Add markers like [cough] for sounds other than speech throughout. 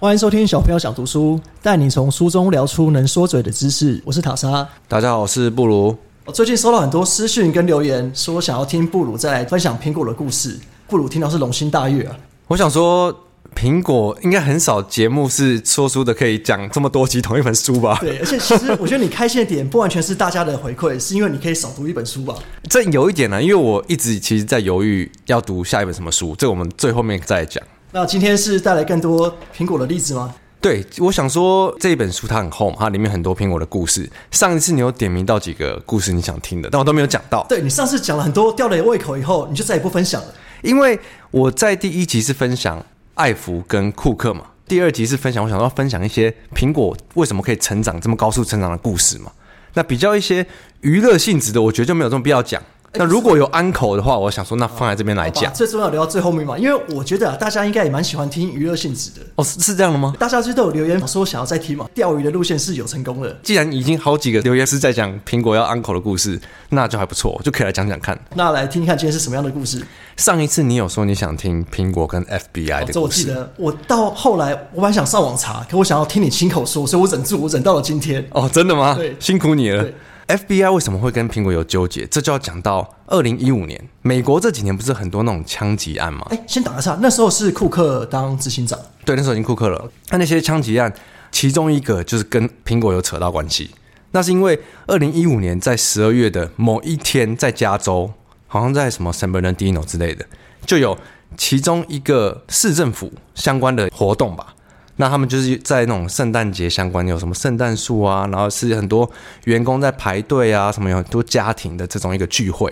欢迎收听小朋友想读书，带你从书中聊出能说嘴的知识。我是塔莎。大家好，我是布鲁。我最近收到很多私讯跟留言，说想要听布鲁再来分享苹果的故事。布鲁听到是龙心大悦啊！我想说，苹果应该很少节目是说书的可以讲这么多集同一本书吧？对，而且其实我觉得你开心的点不完全是大家的回馈，是因为你可以少读一本书吧？这有一点啊呢、因为我一直其实在犹豫要读下一本什么书，这个我们最后面再讲。那今天是带来更多苹果的例子吗？对，我想说这一本书它很厚嘛，它里面很多苹果的故事。上一次你有点名到几个故事你想听的，但我都没有讲到。对你上次讲了很多吊了胃口以后，你就再也不分享了。因为我在第一集是分享艾弗跟库克嘛，第二集是分享我想要分享一些苹果为什么可以成长这么高速成长的故事嘛。那比较一些娱乐性质的，我觉得就没有这么必要讲。那如果有安口的话，我想说那放在这边来把讲。最重要的留到最后面嘛，因为我觉得、啊、大家应该也蛮喜欢听娱乐性质的。哦，是是这样的吗？大家其实都有留言说想要再听嘛，钓鱼的路线是有成功的，既然已经好几个留言是在讲苹果要安口的故事，那就还不错，就可以来讲讲看。那来听听看今天是什么样的故事。上一次你有说你想听苹果跟 FBI 的这我哎故记事。得，我到后来我本来想上网查，可我想要听你亲口说，所以我忍住，我忍到了今天。哦，真的吗对？辛苦你了对。 FBI 为什么会跟苹果有纠结？这就要讲到二零一五年，美国这几年不是很多那种枪击案吗？哎，先打个岔，那时候是库克当执行长，对，那时候已经库克了。那那些枪击案，其中一个就是跟苹果有扯到关系。那是因为二零一五年在十二月的某一天，在加州，好像在什么 San Bernardino 之类的，就有其中一个市政府相关的活动吧。那他们就是在那种圣诞节相关，有什么圣诞树啊，然后是很多员工在排队啊，什么有很多家庭的这种一个聚会。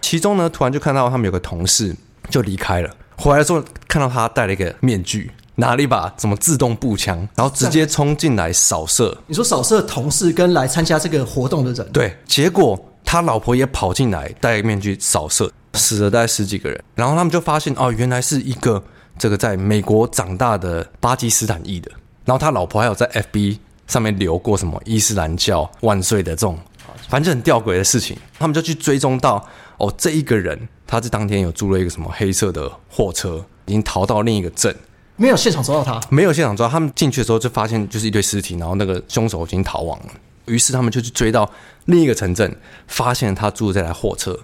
其中呢，突然就看到他们有个同事就离开了，回来的时候看到他戴了一个面具，拿了一把什么自动步枪，然后直接冲进来扫射。你说扫射同事跟来参加这个活动的人，对，结果他老婆也跑进来，戴面具扫射，死了大概十几个人。然后他们就发现哦，原来是一个这个在美国长大的巴基斯坦裔的。然后他老婆还有在 FB 上面留过什么伊斯兰教万岁的这种，反正就很吊诡的事情。他们就去追踪到哦，这一个人他是当天有租了一个什么黑色的货车，已经逃到另一个镇。没有现场找到他，没有现场抓，他们进去的时候就发现就是一堆尸体，然后那个凶手已经逃亡了。于是他们就去追到另一个城镇，发现他住的这台货车，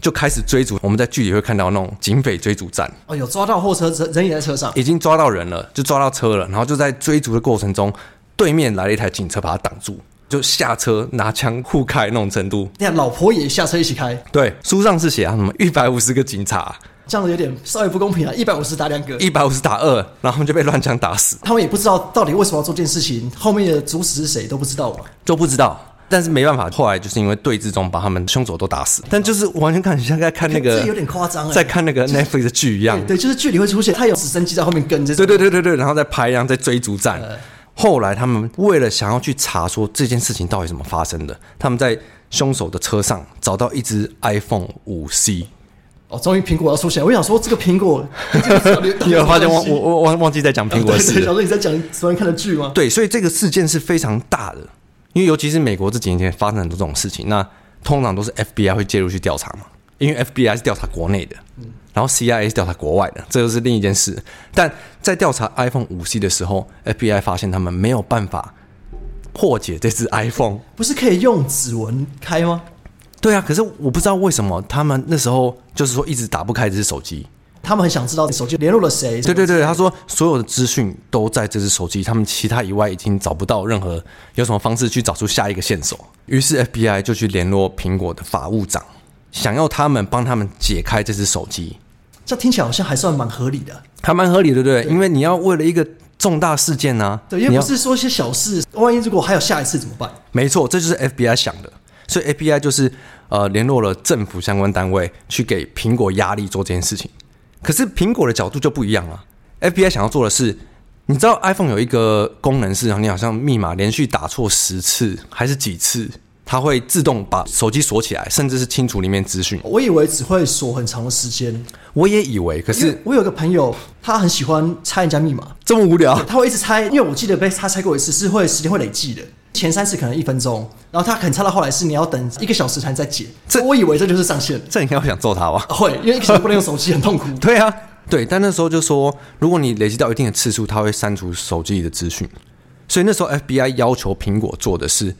就开始追逐。我们在剧里会看到那种警匪追逐战，哦，有抓到货车，人人也在车上，已经抓到人了，就抓到车了，然后就在追逐的过程中，对面来了一台警车把他挡住，就下车拿枪互开那种程度。你看老婆也下车一起开，对，书上是写啊什么一百五十个警察，这样子有点稍微不公平啊，一百五十打两个。一百五十打二，然后他们就被乱枪打死。他们也不知道到底为什么要做这件事情，后面的主使是谁都不知道嘛。就不知道。但是没办法，后来就是因为对峙中把他们凶手都打死，但就是完全看你像在看那这有个点夸张哎、在看那个 Netflix 的剧一样，对，就是距离会出现，他有直升机在后面跟着，嗯对对对对对，然后再拍一样在追逐战。呃后来他们为了想要去查说这件事情到底怎么发生的，他们在凶手的车上找到一只 iPhone 五 C，哦，终于苹果要出现，我想说这个苹 [laughs] 果，哦你有发现我忘我我忘忘记在讲苹果的哦对事对，了小。时你在讲昨天看的剧吗？对，所以这个事件是非常大的，因为尤其是美国这几年发生很多这种事情，那通常都是 FBI 会介入去调查嘛，因为 FBI 是调查国内的，然后 CIA 是调查国外的，这就是另一件事。但在调查 iPhone 五 C 的时候，FBI 发现他们没有办法破解这只 iPhone。不是可以用指纹开吗？对啊，可是我不知道为什么他们那时候就是说一直打不开这只手机。他们很想知道你手机联络了谁，对对对，他说所有的资讯都在这只手机，他们其他以外已经找不到任何有什么方式去找出下一个线索。于是 FBI 就去联络苹果的法务长，想要他们帮他们解开这只手机，这听起来好像还算蛮合理的。还蛮合理的，对不对？因为你要为了一个重大事件啊呢、对，因你为要不是说一些小事，万一如果还有下一次怎么办？没错，这就是 FBI 想的。所以 FBI 就是呃联络了政府相关单位去给苹果压力做这件事情。可是苹果的角度就不一样了。FBI 想要做的是，你知道 iPhone 有一个功能是，你好像密码连续打错十次还是几次，它会自动把手机锁起来，甚至是清除里面资讯。我以为只会锁很长的时间，我也以为，可因是为我有个朋友，他很喜欢猜人家密码，这么无聊， [laughs] 他会一直猜，因为我记得被他猜过一次，是会时间会累计的。前三次可能一分钟，然后他很猜到后来是你要等一个小时才能再解。这我以为这就是上限，这你应该会想揍他吧？会因为一个小时不能用手机，很痛苦。 [laughs] 对啊，对，但那时候就说，如果你累积到一定的次数，它会删除手机里的资讯。所以那时候 FBI 要求苹果做的是，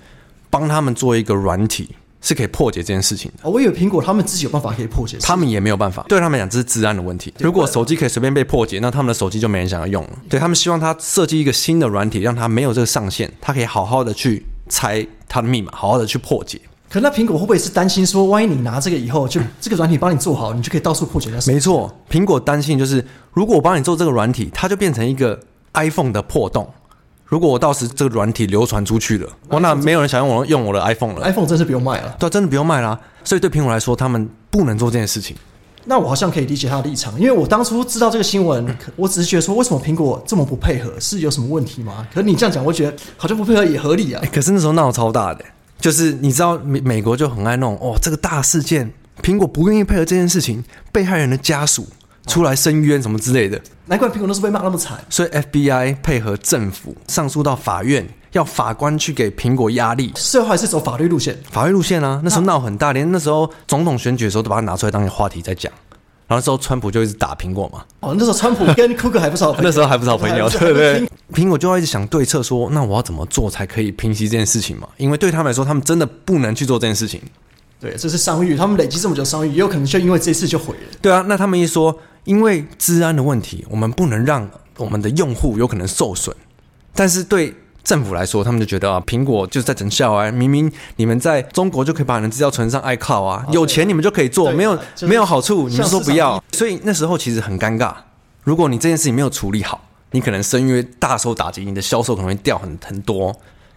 帮他们做一个软体，是可以破解这件事情的。哦，我以为苹果他们自己有办法可以破解。他们也没有办法，对他们来讲这是治安的问题。如果手机可以随便被破解，那他们的手机就没人想要用了。对他们希望他设计一个新的软体，让他没有这个上限，他可以好好的去猜他的密码，好好的去破解。可那苹果会不会是担心说，万一你拿这个以后，就这个软体帮你做好，你就可以到处破解那？没错，苹果担心就是，如果我帮你做这个软体，它就变成一个 iPhone 的破洞。如果我到时这个软体流传出去了，哇，那没有人想哎用我用我的 iPhone 了， iPhone 真是不用卖了。对啊、真的不用卖啦。所以对苹果来说，他们不能做这件事情。那我好像可以理解他的立场，因为我当初知道这个新闻，可我只是觉得说，为什么苹果这么不配合，是有什么问题吗？可你这样讲，我觉得好像不配合也合理啊哎、。可是那时候闹超大的、就是你知道美美国就很爱弄哦，这个大事件，苹果不愿意配合这件事情，被害人的家属出来申冤什么之类的，难怪苹果那时候被骂那么惨。所以 FBI 配合政府上诉到法院，要法官去给苹果压力，最后还是走法律路线，法律路线啊，那时候闹很大，连那时候总统选举的时候都把它拿出来当一个话题在讲。然后那时候川普就一直打苹果嘛，哦，那时候川普跟库克还不是好朋友，哦 [laughs] 那时候还不是好朋友，对不还对是？苹果就要一直想对策说，那我要怎么做才可以平息这件事情嘛？因为对他们来说，他们真的不能去做这件事情。对，这是商誉，他们累积这么久商誉，也有可能就因为这次就毁了。对啊，那他们一说，因为治安的问题，我们不能让我们的用户有可能受损，但是对。政府来说，他们就觉得啊，苹果就是在整笑啊！明明你们在中国就可以把你的资料存上 iCloud 啊，有钱你们就可以做，对啊没有、就是没有好处，你们说不像要，所以那时候其实很尴尬。如果你这件事情没有处理好，你可能声约大受打击，你的销售可能会掉很很多。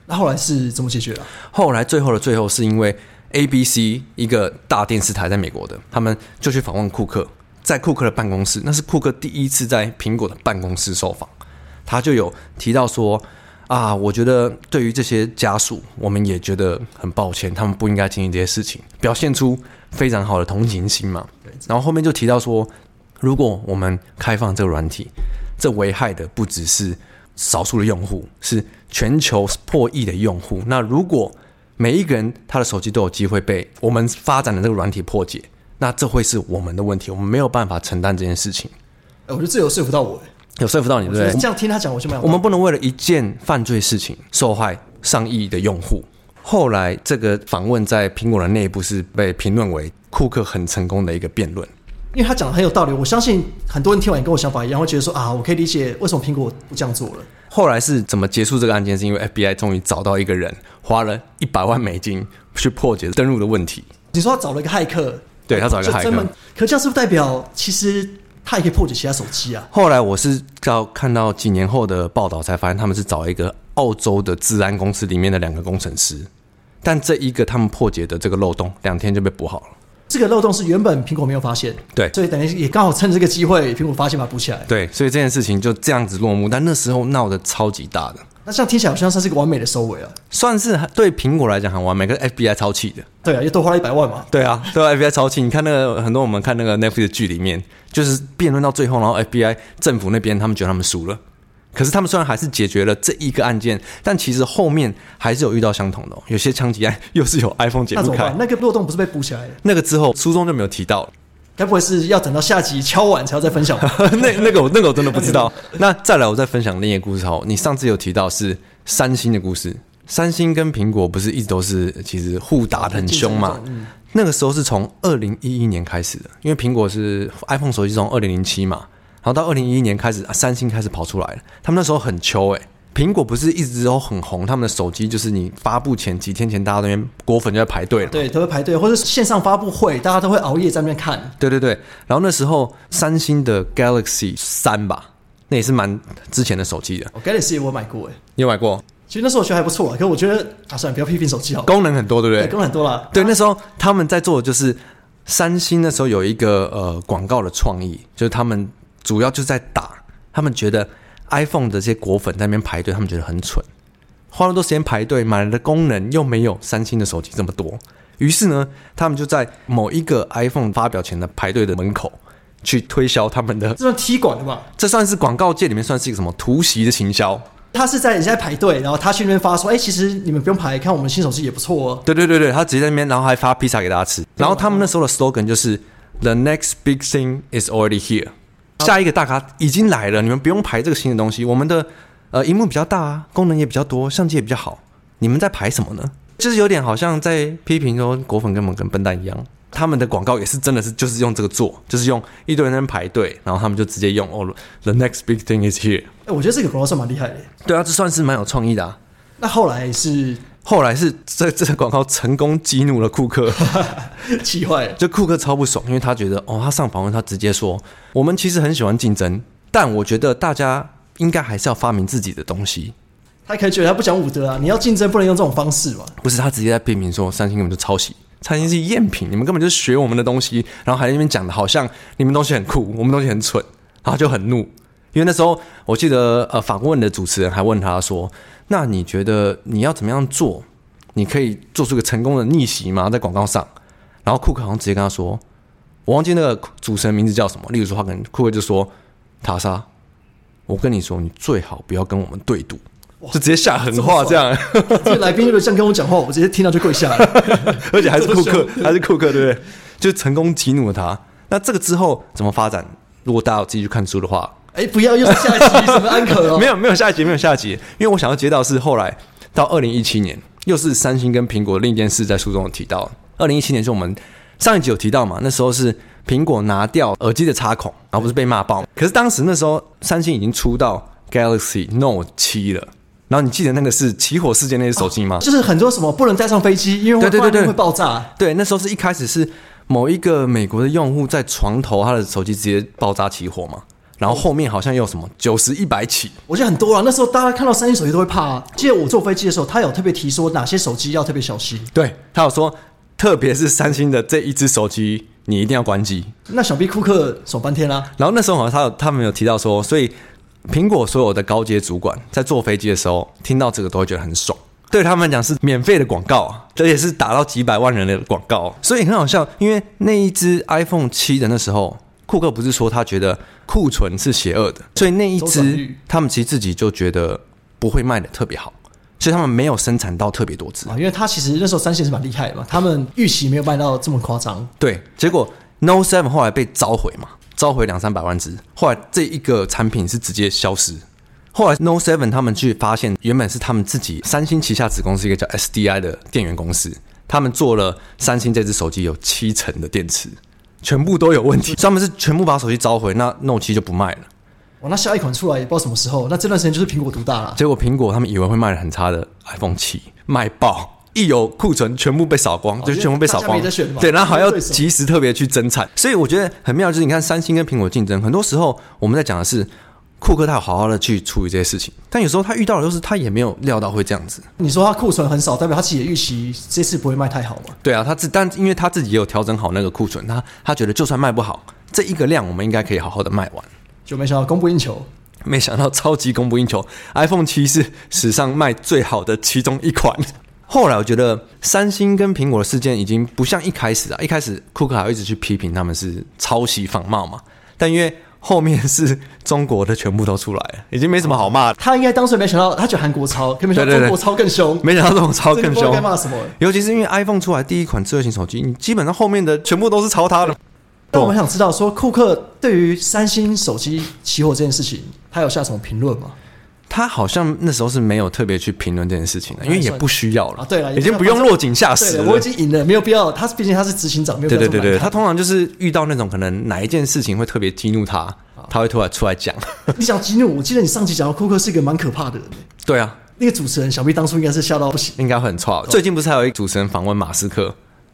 那后来是怎么解决啊的？后来最后的最后，是因为 ABC 一个大电视台在美国的，他们就去访问库克，在库克的办公室，那是库克第一次在苹果的办公室受访，他就有提到说。啊，我觉得对于这些家属，我们也觉得很抱歉，他们不应该经历这些事情，表现出非常好的同情心嘛。然后后面就提到说，如果我们开放这个软体，这危害的不只是少数的用户，是全球破亿的用户。那如果每一个人他的手机都有机会被我们发展的这个软体破解，那这会是我们的问题，我们没有办法承担这件事情。哎我觉得这有说服到我，哎有说服到你我对不觉得对这？样听他讲，我就蛮有我们不能为了一件犯罪事情受害上亿的用户。后来这个访问在苹果的内部是被评论为库克很成功的一个辩论。因为他讲的很有道理，我相信很多人听完也跟我想法一样，会觉得说啊，我可以理解为什么苹果不这样做了。后来是怎么结束这个案件？是因为 FBI 终于找到一个人，花了一百万美金去破解登录的问题。你说他找了一个骇客，对他找了一个就骇专门客，可这样是不是代表其实他也可以破解其他手机啊？后来我是到看到几年后的报道，才发现他们是找一个澳洲的治安公司里面的两个工程师，但这一个他们破解的这个漏洞，两天就被补好了。这个漏洞是原本苹果没有发现，对所以等于也刚好趁这个机会，苹果发现把它补起来。对，所以这件事情就这样子落幕。但那时候闹得超级大的，那这样听起来好像算是一个完美的收尾啊。算是对苹果来讲很完美，可是 FBI 超气的。对啊，又多花了一百万嘛。对啊，对啊，FBI 超气。你看那个很多我们看那个 Netflix 的剧里面，就是辩论到最后，然后 FBI 政府那边他们觉得他们输了，可是他们虽然还是解决了这一个案件，但其实后面还是有遇到相同的、哦，有些枪击案又是有 iPhone 解那不怎么开办？。那个漏洞不是被补起来了？那个之后书中就没有提到了，该不会是要等到下集敲完才要再分享吧？ [laughs] 那那个我那个我真的不 [laughs] 知道。那再来，我再分享另一个故事好，你上次有提到是三星的故事，三星跟苹果不是一直都是其实互打的很凶嘛竞争？嗯那个时候是从二零一一年开始的，因为苹果是 iPhone 手机从二零零七嘛，然后到二零一一年开始，啊三星开始跑出来了。他们那时候很秋诶、苹果不是一直都很红，他们的手机就是你发布前几天前，大家那边果粉就在排队了嘛。对，都会排队，或者线上发布会，大家都会熬夜在那边看。对对对，然后那时候三星的 Galaxy 三吧，那也是蛮之前的手机的，我 Galaxy 我有买过哎，你有买过？其实那时候我觉得还不错啊，可我觉得啊，算了，不要批评手机好了，功能很多，对不对，对？功能很多啦。对，那时候他们在做的就是三星那时候有一个呃广告的创意，就是他们主要就在打，他们觉得 iPhone 的这些果粉在那边排队，他们觉得很蠢，花那么多时间排队，买了的功能又没有三星的手机这么多，于是呢，他们就在某一个 iPhone 发表前的排队的门口去推销他们的，这算踢馆的吧？这算是广告界里面算是一个什么突袭的行销？他是在人家在排队，然后他去那边发说，哎、其实你们不用排，看我们新手机也不错哦。对对对对，他直接在那边，然后还发披萨给大家吃。然后他们那时候的 slogan 就是 “The next big thing is already here”，下一个大咖已经来了，你们不用排这个新的东西。我们的呃，荧幕比较大啊，功能也比较多，相机也比较好，你们在排什么呢？就是有点好像在批评说果粉根本跟笨蛋一样。他们的广告也是真的是就是用这个做，就是用一堆人在排队，然后他们就直接用哦，the next big thing is here。哎，我觉得这个广告算蛮厉害的耶。对啊，这算是蛮有创意的啊。那后来是后来是这这个广告成功激怒了库克， [laughs] 气坏了，就库克超不爽，因为他觉得哦，他上访问他直接说，我们其实很喜欢竞争，但我觉得大家应该还是要发明自己的东西。他可能觉得他不讲武德啊，你要竞争不能用这种方式嘛。不是他直接在批评说三星根本就抄袭，三星是赝品，你们根本就是学我们的东西，然后还在那边讲的好像你们东西很酷，我们东西很蠢，然后就很怒。因为那时候我记得呃，访问的主持人还问他说：“那你觉得你要怎么样做，你可以做出一个成功的逆袭吗？在广告上？”然后库克好像直接跟他说：“我忘记那个主持人名字叫什么。”例如说，他跟库克就说：“塔莎，我跟你说，你最好不要跟我们对赌。”就直接下狠话这样，这个来宾如果这样跟我讲话，我直接听到就跪下 [laughs] 了。而且还是库克，还是库克，对不对？就成功激怒了他。那这个之后怎么发展？如果大家有自己去看书的话，哎，不要又是下一期什么安可哦， [laughs] 没有没有下一集，没有下一集，因为我想要接到的是后来到二零一七年，又是三星跟苹果另一件事，在书中有提到。二零一七年是我们上一集有提到嘛，那时候是苹果拿掉耳机的插孔，然后不是被骂爆吗。可是当时那时候三星已经出到 Galaxy Note 七了，然后你记得那个是起火事件那些手机吗？就是很多什么不能带上飞机，因为对对对不然对会爆炸。对，那时候是一开始是某一个美国的用户在床头，他的手机直接爆炸起火嘛，然后后面好像有什么九十一百起，我觉得很多啊，那时候大家看到三星手机都会怕、啊。记得我坐飞机的时候，他有特别提说哪些手机要特别小心。对他有说，特别是三星的这一只手机，你一定要关机。那小 B 库克爽翻天啦、然后那时候好像他有他们有提到说，所以苹果所有的高阶主管在坐飞机的时候听到这个都会觉得很爽。对他们来讲是免费的广告啊，而且是打到几百万人的广告啊，所以很好笑。因为那一只 iPhone 七的那时候，库克不是说他觉得库存是邪恶的，所以那一周转只率他们其实自己就觉得不会卖的特别好，所以他们没有生产到特别多只。啊！因为他其实那时候三星是蛮厉害的嘛，他们预期没有卖到这么夸张。对，结果 No Seven 后来被召回嘛，召回两三百万只，后来这一个产品是直接消失。后来 No Seven 他们去发现，原本是他们自己三星旗下子公司一个叫 SDI 的电源公司，他们做了三星这只手机有七成的电池，全部都有问题，所以他们是全部把手机召回，那 Note 七就不卖了。哇，那下一款出来也不知道什么时候，那这段时间就是苹果独大了。结果苹果他们以为会卖的很差的 iPhone 七卖爆，一有库存全部被扫光，就全部被扫哦因光为大家没得选嘛。对，然后还要没有对手及时特别去增产，所以我觉得很妙，就是你看三星跟苹果竞争，很多时候我们在讲的是库克他有好好的去处理这些事情，但有时候他遇到的就是他也没有料到会这样子。你说他库存很少，代表他自己的预期这次不会卖太好嘛？对啊，他自但因为他自己也有调整好那个库存，他他觉得就算卖不好，这一个量我们应该可以好好的卖完。就没想到供不应求。没想到超级供不应求，iPhone 七是史上卖最好的其中一款。后来我觉得三星跟苹果的事件已经不像一开始啊，一开始库克还会一直去批评他们是抄袭仿冒嘛，但因为后面是中国的全部都出来了，已经没什么好骂的。他应该当时没想到，他觉得韩国抄，可没想到对对对中国抄更凶。没想到这种抄更真的不知道凶该，骂什么欸尤其是因为 iPhone 出来第一款智慧型手机，你基本上后面的全部都是抄它的。但我们想知道，说库克对于三星手机起火这件事情，他有下什么评论吗？他好像那时候是没有特别去评论这件事情的，因为也不需要了。啊，对了，已经不用落井下石对啊了。我已经赢了，没有必要。他毕竟他是执行长，没有必对要对这么对难看。对，他通常就是遇到那种可能哪一件事情会特别激怒他，他会突然出来讲。你想激怒我？记得你上集讲到库克是一个蛮可怕的人欸， [laughs] 对啊，那个主持人小 B 当初应该是吓到不 [laughs] 行。应该会很差。最近不是还有一个主持人访问马斯克，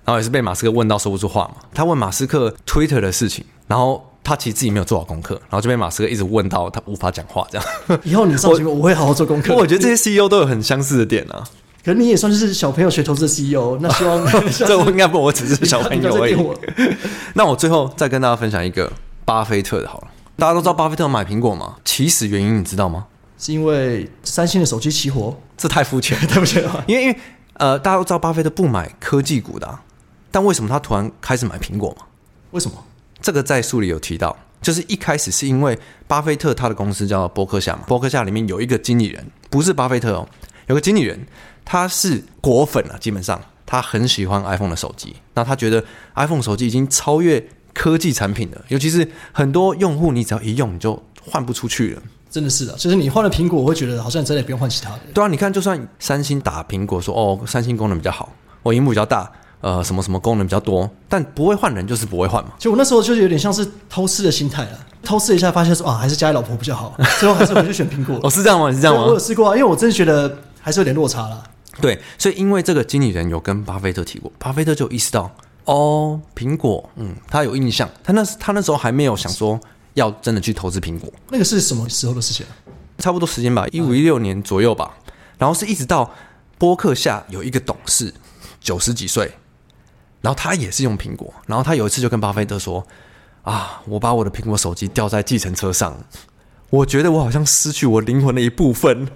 然后也是被马斯克问到说不出话嘛。他问马斯克 Twitter 的事情，然后他其实自己没有做好功课，然后就被马斯克一直问到他无法讲话 [laughs] 这样。以后你上节目我会好好做功课。不过我觉得这些 CEO 都有很相似的点 [laughs] 啊。可能你也算是小朋友学投资的 CEO，那希望这我应该不，我只是小朋友而已 [laughs] 你不要再。那我最后再跟大家分享一个巴菲特的好了。大家都知道巴菲特买苹果嘛？起始原因你知道吗？是因为三星的手机起 [laughs] 火，这太肤浅了。对不起啊。因为因为呃，大家都知道巴菲特不买科技股的啊、但为什么他突然开始买苹果嘛？为什么？这个在书里有提到，就是一开始是因为巴菲特他的公司叫伯克夏嘛，伯克夏里面有一个经理人，不是巴菲特哦，有个经理人，他是果粉啊，基本上他很喜欢 iPhone 的手机，那他觉得 iPhone 手机已经超越科技产品了，尤其是很多用户，你只要一用你就换不出去了。真的是的，就是你换了苹果，我会觉得好像真的不用换其他的。对啊，你看，就算三星打苹果说哦，三星功能比较好，我、荧幕比较大，呃，什么什么功能比较多，但不会换人就是不会换嘛。就我那时候就是有点像是偷吃的心态了，偷吃一下发现说啊，还是家里老婆比较 [laughs] 好，最后还是我就选苹果。哦，是这样吗？是这样对我有吗？试过啊，因为我真的觉得还是有点落差啦。对，所以因为这个经理人有跟巴菲特提过，巴菲特就意识到哦，苹果，嗯，他有印象，他那他那时候还没有想说要真的去投资苹果，那个是什么时候的事情啊？差不多时间吧，一五一六年左右吧。然后是一直到播客下有一个董事，九十几岁，然后他也是用苹果。然后他有一次就跟巴菲特说：“啊，我把我的苹果手机掉在计程车上，我觉得我好像失去我灵魂的一部分。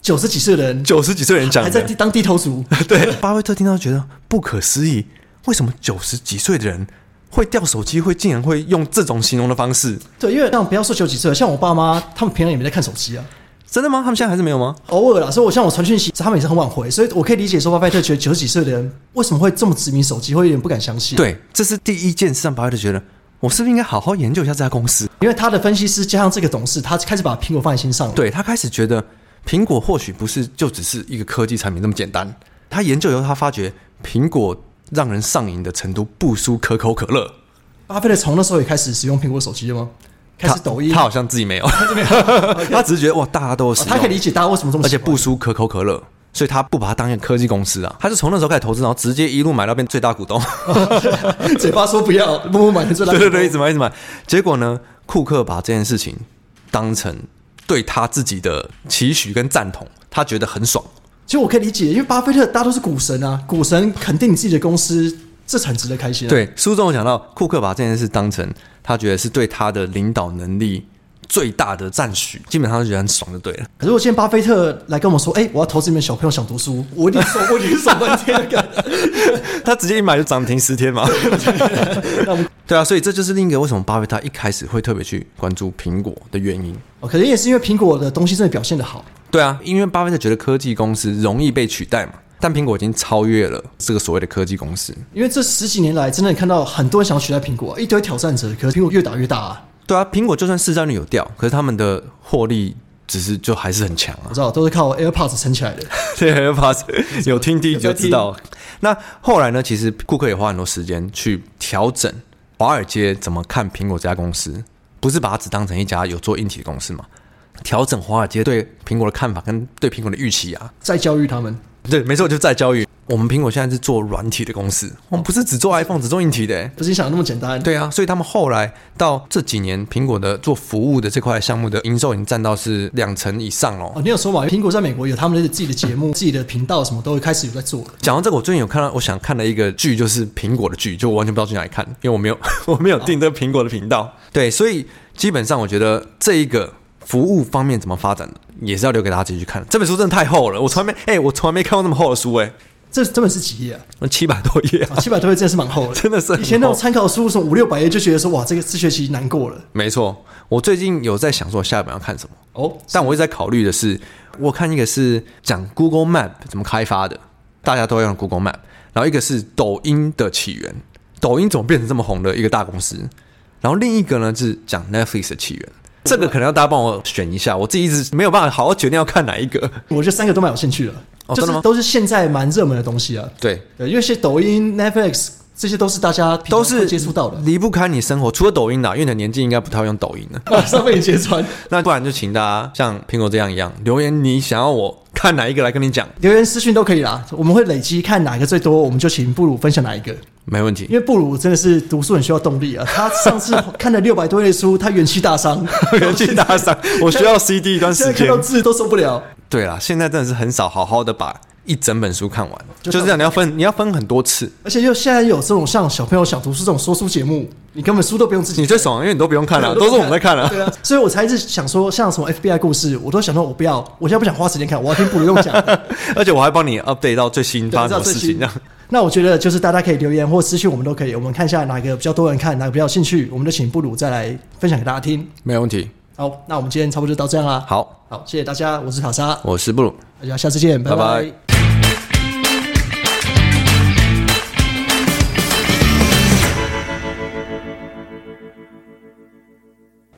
九十几岁的”人九十几岁人讲还的，在地当地头族，对，巴菲特听到觉得不可思议，为什么九十几岁的人会掉手机，会竟然会用这种形容的方式？对，因为像不要说九十几岁，像我爸妈他们平常也没在看手机啊，真的吗？他们现在还是没有吗？偶尔啦。所以我像我传讯息，他们也是很晚回，所以我可以理解说巴菲特觉得九十几岁的人为什么会这么执迷手机，会有点不敢相信。，对，这是第一件事让巴菲特觉得，我是不是应该好好研究一下这家公司？因为他的分析师加上这个董事，他开始把苹果放在心上了。对他开始觉得，苹果或许不是就只是一个科技产品这么简单。他研究以后，他发觉苹果让人上瘾的程度不输可口可乐。巴菲特从那时候也开始使用苹果手机了吗？开始他抖音，他好像自己没有， [laughs] 他只是觉得哇，大家都有使哦用他可以理解大家为什么这么而且喜欢不输可口可乐，所以他不把它当一个科技公司啊，他是从那时候开始投资，然后直接一路买到变最大股东，哦 [laughs] 嘴巴说不要，默默买成最大。对对对，一直买一直买。结果呢，库克把这件事情当成对他自己的期许跟赞同，他觉得很爽。其实我可以理解，因为巴菲特大家都是股神啊，股神肯定你自己的公司，这是很值得开心、啊。，对，书中有讲到，库克把这件事当成他觉得是对他的领导能力最大的赞许，基本上就觉得很爽就对了。可是我现在巴菲特来跟我们说，哎、我要投资你们小朋友想读书，我一定手我一定手半天的感觉。 [laughs] 他直接一买就涨停十天嘛。那我们 [laughs] 对啊，所以这就是另一个为什么巴菲特一开始会特别去关注苹果的原因。 [laughs] 哦可能也是因为苹果的东西真的表现的好，对啊，因为巴菲特觉得科技公司容易被取代嘛，但苹果已经超越了这个所谓的科技公司。因为这十几年来真的看到很多人想要取代苹果，一堆挑战者，可是苹果越打越大、啊。对啊，苹果就算市占率有掉，可是他们的获利只是就还是很强啊我。知道都是靠 AirPods 撑起来的， [laughs] 对 a i r p o d 有听第一集就知道。那后来呢？其实库克也花很多时间去调整华尔街怎么看苹果这家公司，不是把它只当成一家有做硬体的公司嘛？调整华尔街对苹果的看法跟对苹果的预期啊。在教育他们。对，没错，就在教育。我们苹果现在是做软体的公司，我们不是只做 iPhone，只做硬体的、欸。不是你想的那么简单，对啊，所以他们后来到这几年，苹果的做服务的这块项目的营收已经占到是两成以上哦哦，。你有说嘛？苹果在美国有他们的自己的节目、自己的频道，什么都会开始有在做了。讲到这个，我最近有看到，我想看的一个剧就是苹果的剧，就我完全不知道去哪里看，因为我没有 [laughs] 我没有订这个苹果的频道。对，所以基本上我觉得这一个服务方面怎么发展的，也是要留给大家自己去看。这本书真的太厚了，我从来没哎、我从来没看过那么厚的书哎、这这本是几页啊？七百多页、啊，七百多页真的是蛮厚的，真的是很厚以前那种参考书什么五六百页就觉得说哇，这个这学期难过了没错。我最近有在想说下一本要看什么，哦。但我一直在考虑的是，我看一个是讲 Google Map 怎么开发的，大家都要用 Google Map，然后一个是抖音的起源，抖音怎么变成这么红的一个大公司，然后另一个呢是讲 Netflix 的起源。这个可能要大家帮我选一下，我自己一直没有办法好好决定要看哪一个。我觉得三个都蛮有兴趣的，哦就真是的吗都是现在蛮热门的东西啊。对，对，因为现在抖音、Netflix 这些都是大家平常都会是接触到 [laughs] 的， [laughs] 离不开你生活。除了抖音啦，啊因为你的年纪应该不太会用抖音了。马上被你揭穿。那不然就请大家像苹果这样一样留言，你想要我看哪一个来跟你讲，留言私讯都可以啦，我们会累积看哪个最多，我们就请布鲁分享哪一个。没问题 [laughs] 因。为布鲁真的是读书很需要动力啊，他上次看了六百多页的书，他元气大伤， [laughs] 元气 [laughs] 大伤，我需要 CD 一段现时在看间到。字都受不了。对啦，现在真的是很少好好的把一整本书看完，就就是这样，你要分你要分很多次。而且又现在有这种像小朋友想读书这种说书节目，你根本书都不用自己你最爽，因为你都不用 [laughs] 看 [laughs] 了，都是我们在看了。对啊，所以我才一直想说，像什么 FBI 故事，我都想说我不要，我现在不想花时间看，我要听布鲁用讲 [laughs] 的，而且我还帮你 update 到最新对发知生道什最么事情新这样。。那我觉得就是大家可以留言或私讯我们都可以，我们看一下哪个比较多人看，哪个比较有兴趣，我们就请布鲁再来分享给大家听。没有问题。好，那我们今天差不多就到这样啦。好，好，谢谢大家，我是卡莎，我是布鲁。大家下次见，拜拜拜拜